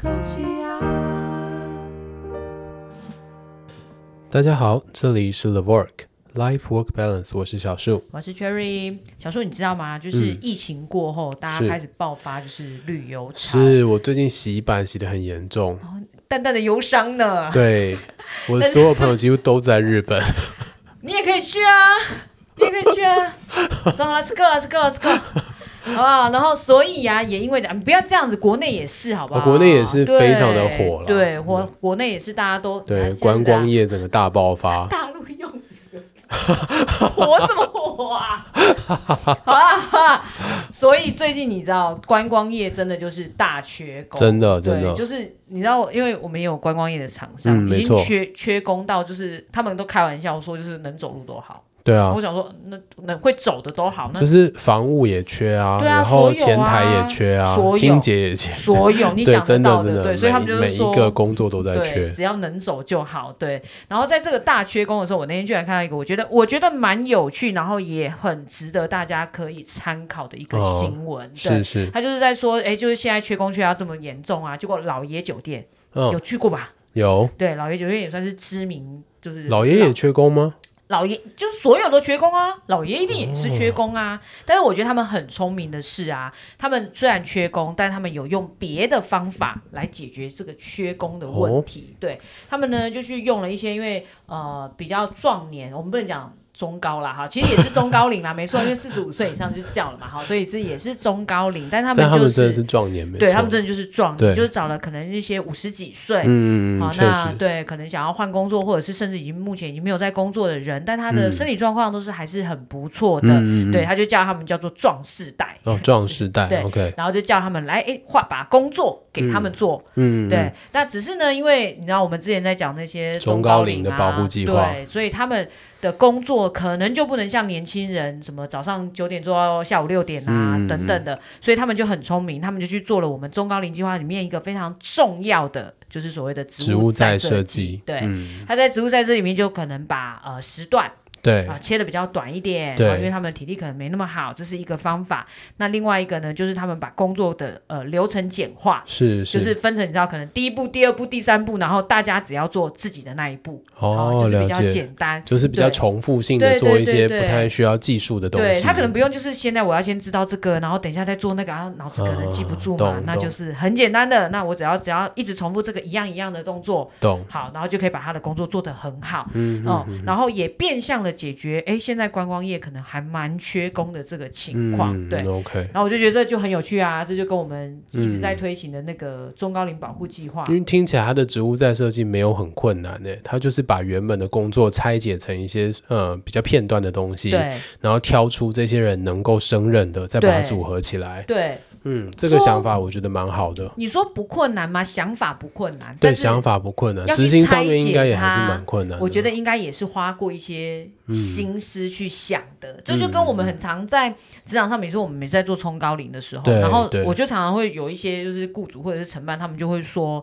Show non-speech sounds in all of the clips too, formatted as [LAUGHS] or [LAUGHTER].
空气啊。大家好，这里是 The Work Life Work Balance，我是小树。我是 Cherry。小树，你知道吗？就是疫情过后，大嗯是家开始爆发就是旅游潮，是我最近洗版洗的很严重，淡淡的忧伤呢。 [LAUGHS] 对我的所有朋友几乎都在日本。你也可以去啊，你也可以 [LAUGHS] 去啊。走，Let's go，Let's go，Let's go，好不好？然后所以啊，也因为啊你不要这样子，国内也是，好不好？啊国内也是对非常的火了对，国国内也是大家都啊对，现在观光是业整个大爆发。大陆用语了火什么火 [LAUGHS] 啊？好啦好啦，所以最近你知道观光业真的就是大缺工，真的对，真的就是你知道，因为我们也有观光业的厂商，嗯没已经错缺缺工到，就是他们都开玩笑说，就是能走路都好。对啊我，想说，那能会走的都好，那就是房务也缺啊，对啊然所后有前台啊也缺啊所，有清洁也缺。所有你对，想得真的到真的，对，所以他们每就是每说一个工作都在对，缺。只要能走就好。对，然后在这个大缺工的时候，我那天居然看到一个，我觉得我觉得蛮有趣，然后也很值得大家可以参考的一个哦新闻。是对，是，他就是在说，哎，就是现在缺工缺到这么严重啊，结果老爷酒店、有嗯，去过吧？有对，老爷酒店也算是知名，就是老爷也缺工吗？老爷就是所有都缺工啊，老爷一定也是缺工哦啊。但是我觉得他们很聪明的是啊，他们虽然缺工，但他们有用别的方法来解决这个缺工的问哦题。对他们呢，就去用了一些因为呃比较壮年，我们不能讲。中高啦，哈，其实也是中高 [LAUGHS] 龄啦，没错，因为四十五岁以上就是这样了嘛，哈，所以是也是中高龄，但他但们他就们真是的是壮年，没错。对他们真的就是壮对年，就是找了可能一些五十几岁，嗯，嗯好、嗯，确那实，对可能想要换工作，或者是甚至已经目前已经没有在工作的人，但他的嗯身体状况都是还是很不错的，嗯嗯嗯对，他就叫他们叫做壮世代，哦，壮士代对，OK，然后就叫他们来，哎，换把工作给他们做，嗯，嗯对，，那只是呢，因为你知道我们之前在讲那些中高高龄的啊保护计划对，所以他们的工作可能就不能像年轻人什么早上九点做到下午六点啊、嗯等等的，所以他们就很聪明，他们就去做了我们中高龄计划里面一个非常重要的，就是所谓的植植物再再设设计，对。嗯，他在植物赛事里面就可能把呃时段对啊、，切的比较短一点，对啊因为他们的体力可能没那么好，这是一个方法。那另外一个呢，就是他们把工作的呃流程简化，是就是分成，你知道，可能第一步、第二步、第三步，然后大家只要做自己的那一步，然哦后，就是了比较解，简单。就是比较对重复性的对做对一些对不太需要技术的东对西，他可能不用，就是现在我要先知道这个，然后等一下再做那个，然后脑子可能记不住啊嘛，懂那就是很简单的。那我只要只要一直重复这个一样一样的动作，懂，好，然后就可以把他的工作做得很好。嗯哦，然后也变相的解决，哎，现在观光业可能还蛮缺工的这个情况，嗯对。 ，OK，然后我就觉得这就很有趣啊，这就跟我们一直在推行的那个中高龄保护计划，因为听起来它的植物再设计没有很困难诶，它就是把原本的工作拆解成一些呃比较片段的东西，对然后挑出这些人能够胜任的，再把它对哦组合起来。对，嗯，这个想法我觉得蛮好的，你说不困难吗？想法不困难，对，但是想法不困难，要去执行上面应该也还是拆解它蛮困难的。我觉得应该也是花过一些嗯心思去想的。这就跟我们很常在职场上，比如说我们每次在做冲高龄的时候，对然后对我就常常会有一些就是雇主或者是承办，他们就会说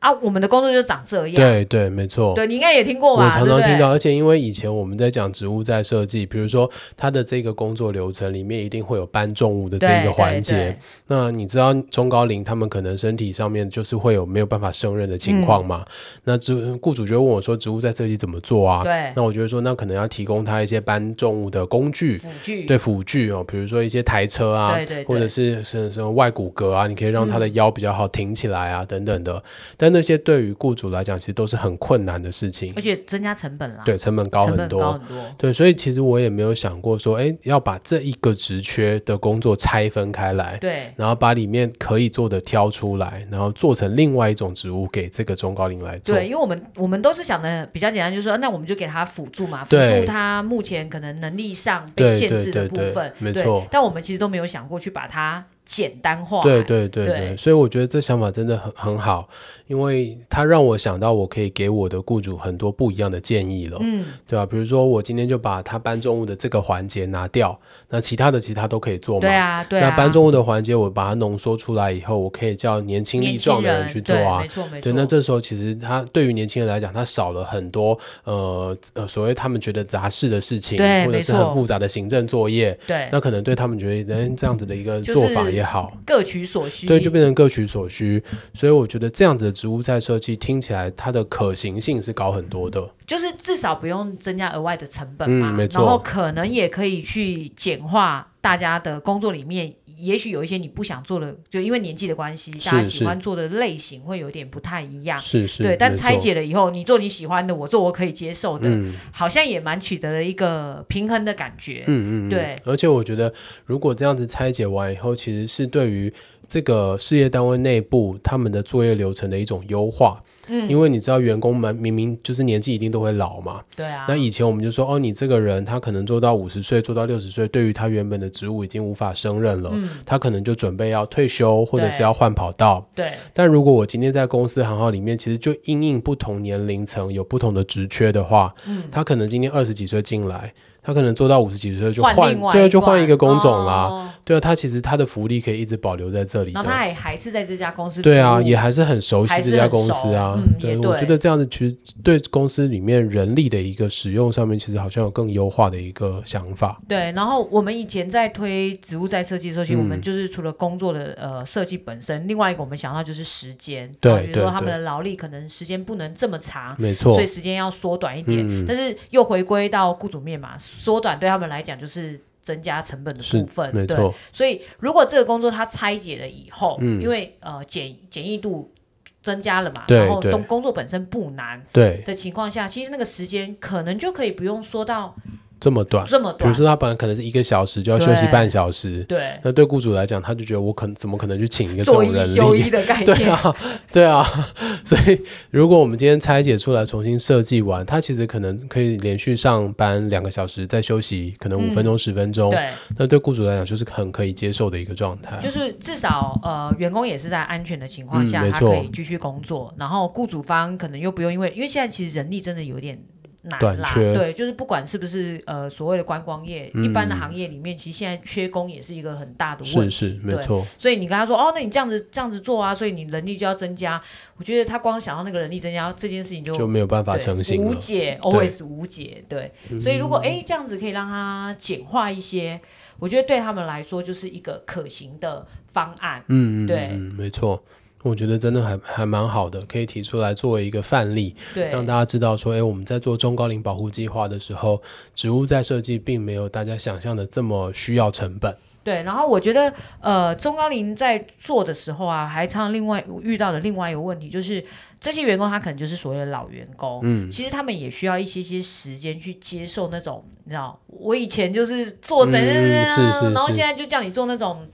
啊，我们的工作就长这样。对对，没错。对你应该也听过吧？我常常对不对听到，而且因为以前我们在讲植物在设计，比如说它的这个工作流程里面一定会有搬重物的这一对个环对节对。那你知道中高龄他们可能身体上面就是会有没有办法胜任的情嗯况嘛？那植雇主就会问我说，植物在设计怎么做啊？对那我就会说，那可能要提供他一些搬重物的工具。辅具，对辅具哦，比如说一些台车啊，对对对嗯或者是什什么外骨骼啊，你可以让他的腰比较好挺起来啊，等等的。但那些对于雇主来讲，其实都是很困难的事情而。且增加成本啦，对，成本高啊成很本多。高很多。对，所以其实我也没有想过说，哎，要把这一个职缺的工作拆分开来，对，然后把里面可以做的挑出来，然后做成另外一种职务给这个中高龄来做。对，因为我们我们都是想的比较简单，就是说，那我们就给他辅助嘛，辅对助他目前可能能力上对被限制对的部对分，没对错但我们其实都没有想过去把它简单化。对对对对对，所以我觉得这想法真的很很好，因为它让我想到我可以给我的雇主很多不一样的建议了，嗯，对吧、比如说我今天就把他搬重物的这个环节拿掉，那其他的其他都可以做嘛。对啊，对啊。那搬重物的环节，我把它浓缩出来以后，我可以叫年轻年力轻壮的人人去做啊对没。错没错。对，那这时候其实他对于年轻人来讲，他少了很多呃呃所谓他们觉得杂事的事情，对或者没是很错复杂的行政作业，对那可能对他们觉得，嗯，这样子的一个就做是法也也好，各取所需。对，就变成各取所需。所以我觉得这样子的植物菜设计听起来它的可行性是高很多的。就是至少不用增加额外的成本嗯嘛，没然后错可能也可以去简化大家的工作里面，也许有一些你不想做的，就因为年纪的关系，大家是喜欢做的类型会有点不太一样。是是，啊对，但没拆错解了以后，你做你喜欢的，我做我可以接受的，嗯好像也蛮取得了一个平衡的感觉。嗯嗯，嗯对。而且我觉得，如果这样子拆解完以后，其实是对于这个事业单位内部他们的作业流程的一种优化。嗯，因为你知道，员工们明明就是年纪一定都会老嘛。对啊，那以前我们就说，哦，你这个人他可能做到五十岁，做到六十岁，对于他原本的职务已经无法胜任了，他可能就准备要退休，或者嗯对是要换跑道。对但如果我今天在公司行号里面，其实就因应不同年龄层有不同的职缺的话，嗯他可能今天二十几岁进来，他可能做到五十几岁就换换另，外对啊，一就换一段个工种啦。哦对啊，他其实他的福利可以一直保留在这里然后他的。还还是在这家公司对啊，服务也还是很熟悉还这是家很公熟司啊。嗯也对，我对觉得这样子其实对公司里面人力的一个使用上面，其实好像有更优化的一个想法。对，然后我们以前在推植物在设计的时候，其实我们嗯就是除了工作的呃设计本身，另外一个我们想到就是时间，对啊比如对说他们对的劳力可能时间不能这么长，没错所以，时间要缩短一点，哦嗯但是又回归到雇主面嘛，缩短对他们来讲就是。增加成本的是部分，没对，错，所以如果这个工作它拆解了以后，嗯因为呃简简易度增加了嘛，对然后对工工作本身不难对，的情况下，其实那个时间可能就可以不用缩到这么短。这么比如短，说，他本来可能啊是一个小时，就要休息对半小时，对，那对雇主来讲，他就觉得我可能怎么可能去请一个这做种一人 [LAUGHS] 休力？一的概对念。啊，对啊， [LAUGHS] 所以如果我们今天拆解出来重新设计完，他其实可能可以连续上班两个小时，再休息可能五分钟、十分钟，嗯对，那对雇主来讲就是很可以接受的一个状态。就是至少呃，员工也是在安全的情况下，嗯没他错可以继续工作，然后雇主方可能又不用因为，因为现在其实人力真的有点。难短啦，缺对，就是不管是不是呃所谓的观光业，嗯一般的行业里面，其实现在缺工也是一个很大的问是题。是，没对错，所以你跟他说哦，那你这样子这样子做啊，所以你人力就要增加。我觉得他光想到那个人力增加这件事情就就没有办法对成型无了。解，always 无解。对，所以如果哎这样子可以让它简化一些，我觉得对他们来说就是一个可行的方案。嗯嗯，对嗯，嗯没错。我觉得真的还还蛮好的，可以提出来作为一个范例，对，让大家知道说，哎，我们在做中高龄保护计划的时候，植物在设计并没有大家想象的这么需要成本。对，然后我觉得，呃，中高龄在做的时候啊，还常常另外遇到的另外一个问题就是，这些员工他可能就是所谓的老员工，嗯，其实他们也需要一些些时间去接受那种，你知道，我以前就是做怎样怎嗯样怎是是样，然后是嗯现在就叫你做那种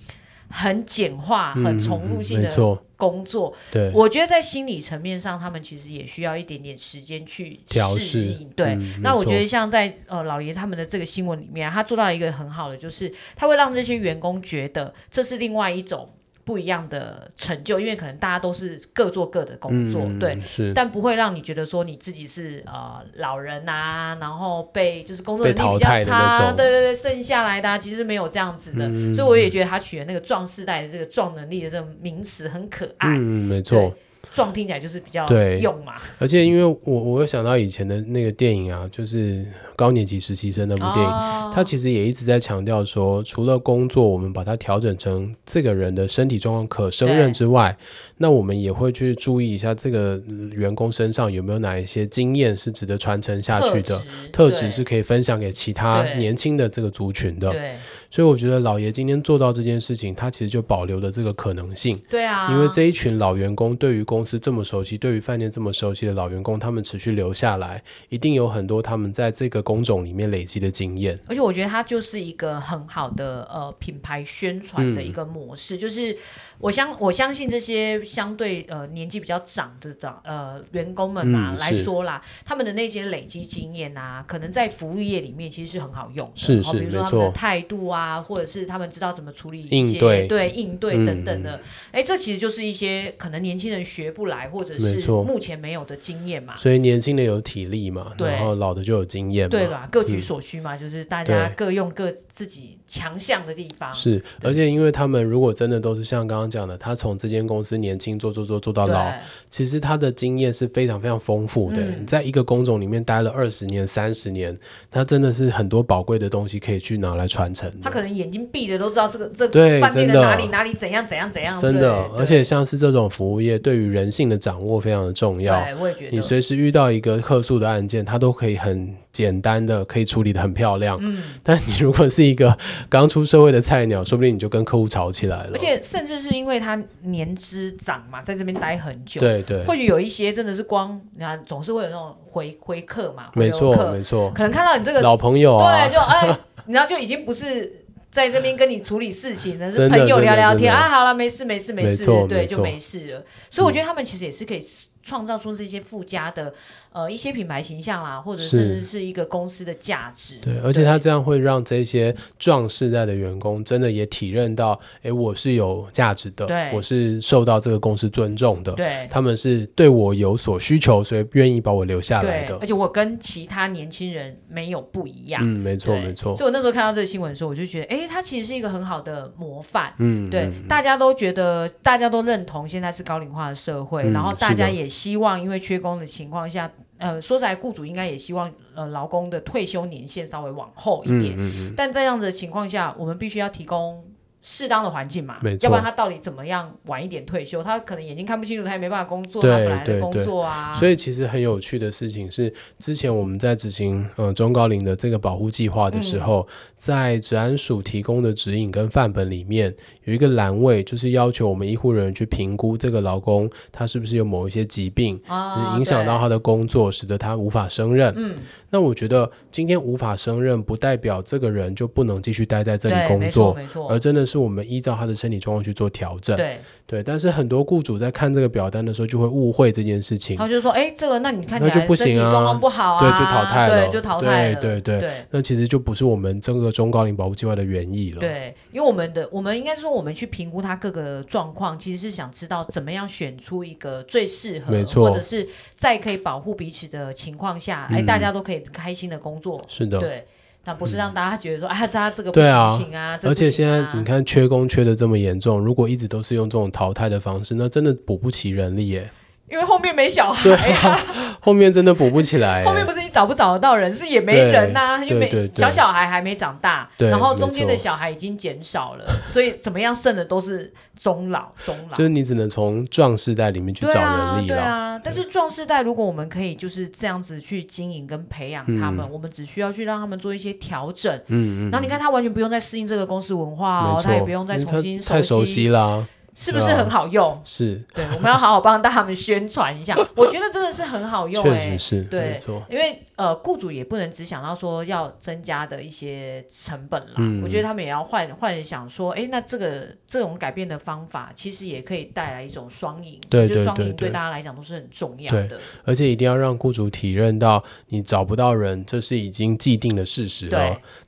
很简化、啊很重复性没的错，工作，对，我觉得在心理层面上，他们其实也需要一点点时间去调适试应。对，嗯那没我觉错得像在呃老爷他们的这个新闻里面啊、他做到一个很好的，就是他会让这些员工觉得这是另外一种不一样的成就，因为可能大家都是各做各的工作，嗯对。是但不会让你觉得说你自己是呃老人啊，然后被就是工作被能力淘比汰较的那差，种嗯对对对，剩下来的、啊、其实没有这样子的，所以我也觉得他取的那个壮世代的这个壮能力的这种名词很可爱，嗯，没错。壮听起来就是比较对用嘛。而且因为我我又想到以前的那个电影啊，就是高年级实习生那部电影，哦他其实也一直在强调说，除了工作我们把它调整成这个人的身体状况可胜任之外，那我们也会去注意一下这个嗯员工身上有没有哪一些经验是值得传承下去的。特质是可以分享给其他对年轻的这个族群对的，对所以我觉得老爷今天做到这件事情，他其实就保留了这个可能性。对啊，因为这一群老员工对于公司这么熟悉，对于饭店这么熟悉的老员工，他们持续留下来，一定有很多他们在这个工种里面累积的经验。而且我觉得它就是一个很好的呃品牌宣传的一个模嗯式，就是我相我相信这些相对呃年纪比较长的长呃员工们嘛、嗯来是说啦，他们的那些累积经验啊，可能在服务业里面其实是很好用的，是哦是比如说没他们的错态度啊，或者是他们知道怎么处理一应些对对应对嗯等等的，哎、这其实就是一些可能年轻人学不来或者没是错目前没有的经验嘛，所以年轻的有体力嘛，啊对然后老的就有经验嘛，对嘛吧？各取所需嘛，就是大家各用各自己强项的地方。是，而且因为他们如果真的都是像刚刚讲的，他从这间公司年轻做做做做到老，对其实他的经验是非常非常丰富的。嗯你在一个工种里面待了二十年、三十年，他真的是很多宝贵的东西可以去拿来传承的。他可能眼睛闭着都知道这个这对个饭店真的哪里哪里怎样怎样怎样。真的，对而且像是这种服务业，对于人性的掌握非常的重对要。对我也觉你得，随时遇到一个客诉的案件，它都可以很简单的可以处理的很漂亮。嗯，但你如果是一个刚出社会的菜鸟，说不定你就跟客户吵起来了。而且甚至是因为他年资长嘛，在这边待很久，对对，或许有一些真的是光啊，总是会有那种回回客嘛，没回错头客没错，可能看到你这个老朋友啊对，，就哎， [LAUGHS] 你知道就已经不是在这边跟你处理事情了，是真的朋友聊聊真的真天的啊，好了，没事没事没事错，没对，错嗯就没事了。所以我觉得他们其实也是可以创造出这些附加的呃一些品牌形象啦，或者是甚至是一个公司的价值。对，而且他这样会让这些壮世代的员工真的也体认到，诶，我是有价值的对，我是受到这个公司尊重的，对他们是对我有所需求，所以愿意把我留下来对，的而。且我跟其他年轻人没有不一样。嗯，没错，对没错。所以我那时候看到这个新闻的时候，我就觉得，哎，他其实是一个很好的模范。嗯，对，嗯大家都觉得，大家都认同现在是高龄化的社会，嗯然后大是家的也希望，因为缺工的情况下，呃，说实在，雇主应该也希望，呃，劳工的退休年限稍微往后一嗯点。嗯嗯，但在这样子的情况下，我们必须要提供适当的环境嘛没，错要不然他到底怎么样晚一点退休，他可能眼睛看不清楚，他也没办法工作他对本来对的工作啊。所以以其实很有趣的事情是，之前我们在执行呃中高龄的这个保护计划的时候，嗯在治安署提供的指引跟范本里面有一个栏位，就是要求我们医护人员去评估这个劳工他是不是有某一些疾病，啊，影响到对他的工作，使得他无法升任。嗯，那我觉得今天无法升任，不代表这个人就不能继续待在这里对工作，没错，而没错，真的是我们依照他的身体状况去做调整。对。对但是很多雇主在看这个表单的时候，就会误会这件事情然。后就说，哎，这个那你看起那就来不身体行啊状况不好啊，对就淘汰了对，就淘汰了，对对对对。那其实就不是我们整个中高龄保护计划的原意了。对，因为我们的我们应该说，我们去评估他各个状况，其实是想知道怎么样选出一个最适合，没错或者是在可以保护彼此的情况下，哎、嗯大家都可以开心的工作。是的。对，那不是让大家觉得说，哎、呀，他这个不对啊行行啊，这而不且行现啊在你，看缺工缺的这么严重，如果一直都是用这种淘汰的方式，那真的补不起人力耶。因为后面没小孩对啊、啊，后面真的补不起来耶。 [LAUGHS] 后面不是你找不找得到人，是也没对人呐、因为没哎对对对小小孩还没长大，对然后没中间的错小孩已经减少了，所以怎么样剩的都是中老中老，就是你只能从壮世代里面去对找人力啊。对了。啊，但是壮世代，如果我们可以就是这样子去经营跟培养他们，我们只需要去让他们做一些调整。嗯嗯嗯，然后你看，他完全不用再适应这个公司文化没哦，错，他也不用再因为重他新太熟悉，悉啦。是不是对啊很好用？是，对，我们要好好帮他们宣传一下。我觉得真的是很好用、 [LAUGHS] 确实。哎是，对没错。因为呃，雇主也不能只想到说要增加的一些成本啦，嗯我觉得他们也要换换想说，哎，那这个这种改变的方法，其实也可以带来一种双赢，对就是对双对赢对对大家来讲都是很重要对的。而且一定要让雇主体认到，你找不到人，这是已经既定的事实了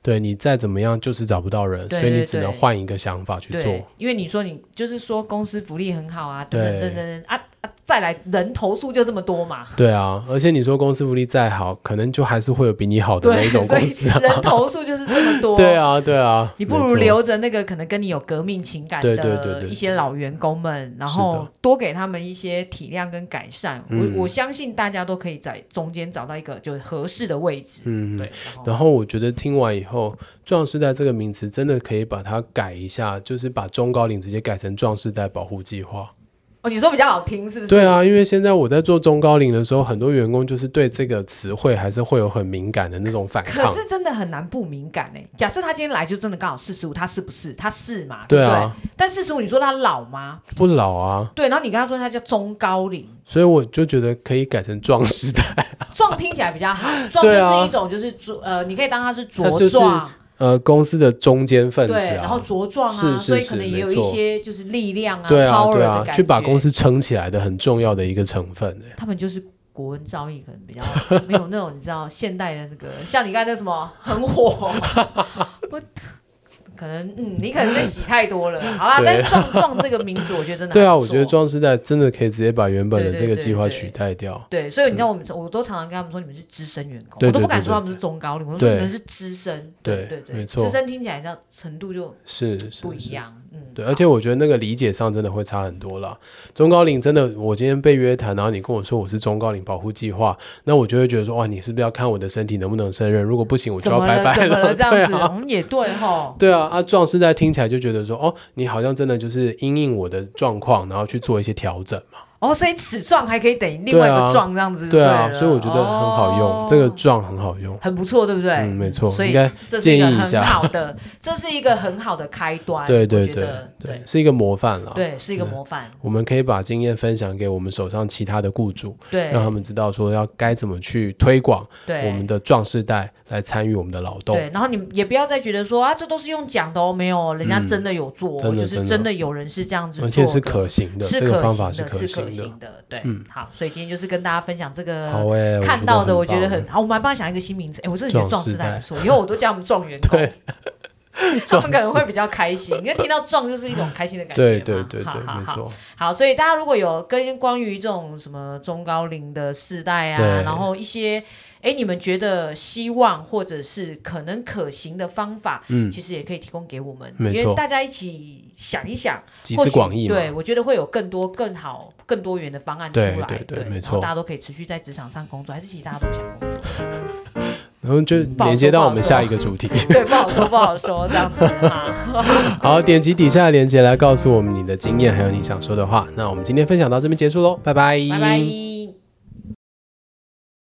对。对你再怎么样就是找不到人，对所以对你只能对换一个想法去对做。，因为你说你就是说公司福利很好啊，等等对等等等啊啊，再来人投诉就这么多嘛，对啊，而且你说公司福利再好，可能就还是会有比你好的那对哦一，种所公以司啊。人投诉就是这么多， [LAUGHS] 对。啊，对啊，你不没如错。留着那个可能跟你有革命情感对对对对的对一些老员工们，然是后的多给他们一些体谅跟改善。嗯我我相信大家都可以在中间找到一个就是合适的位置。嗯，对，然后我觉得听完以后，“壮世代”这个名词真的可以把它改一下，就是把中高龄直接改成“壮世代保护计划”。哦，你说比较好听是不是？对啊，因为现在我在做中高龄的时候，很多员工就是对这个词汇还是会有很敏感的那种反可抗。是真的很难不敏感哎、假设他今天来就真的刚好四十五，他是不是？他是嘛？对不啊，对？但四十五，你说他老吗？不老啊，对，然后你跟他说他叫中高龄，所以我就觉得可以改成壮士的。壮听起来比较好，壮就对啊是一种就是茁呃，你可以当他是他就茁是壮，呃，公司的中间分子对，然后啊，茁壮啊，是是所以可是能也没有一错些就是力量啊、对啊， power 对的啊感，觉，去把公司撑起来的很重要的一个成分、欸。他们就是。国文造诣可能比较 [LAUGHS] 没有 [LAUGHS] 那种你知道现代的那个，像你刚才那什么很火，我可能嗯，你可能在洗太多了。好啦，对但是撞撞这个名词，我觉得真的对啊，还不我觉得错。壮士代真的可以直接把原本的对对这个对计划对取代掉。对，所以你知道我们，我都常常跟他们说，你们是资深员工，对我都不对敢对说对他们是中高龄，我对说你们是资深。对对对，没错资深听起来那程度就是是不一是，样。嗯，对，而且我觉得那个理解上真的会差很多啦。中高龄真的，我今天被约谈，然后你跟我说我是中高龄保护计划，那我就会觉得说，哇，你是不是要看我的身体能不能胜任？如果不行，我就怎要么拜了？拜怎 [LAUGHS] 么了？这对样子，啊，嗯，也对哈。对啊，啊，壮士代听起来就觉得说，哦，你好像真的就是因应我的状况，然后去做一些调整嘛。哦，所以此撞还可以等于另外一对啊个撞这样子就对了啊，所以我觉得很好用，哦这个壮很好用。很不错，对不对？嗯没错所应以该这是一个建议一下很好的，这是一个很好的开端。对哎我对觉对得对是一个模范啦。对，是一个模范。我们可以把经验分享给我们手上其他的雇主，对让他们知道说要该怎么去推广我们对的壮世代来参与我们的劳动。对，然后你也不要再觉得说啊，这都是用讲的哦，没有，人家真的有做哦，嗯真的就是真的真的有人是这样子做而的，且是可行的，是这可个方行法的，可是可行的。嗯行的。对，好，所以今天就是跟大家分享这个。好诶，呃看到的，我觉觉得很欸很好。我们还帮他想一个新名字，哎，我真的觉壮得壮世士代代不错，以后我都叫他们状元头， [LAUGHS] 对 [LAUGHS] 他们可能会比较开心，因为听到壮就是一种开心的感觉嘛。对对对好对，好没好错，好，所以大家如果有跟关于这种什么中高龄的世代对啊，然后一些哎，诶你们觉得希望或者是可能可行的方法，嗯其实也可以提供给我们，没因错为大家一起想一想，集或思许广益嘛。对，我觉得会有更多、更好、更多元的方案出对来，对对没然后错大家都可以持续在职场上工作，还是其实大家都不想工作。然后就好连接说到不我好们说下一个主题。对，不好说，不好说，这样子哈。 [LAUGHS] 好，点击底下的链接来告诉我们你的经验，还有你想说的话。那我们今天分享到这边结束喽，拜拜，拜拜。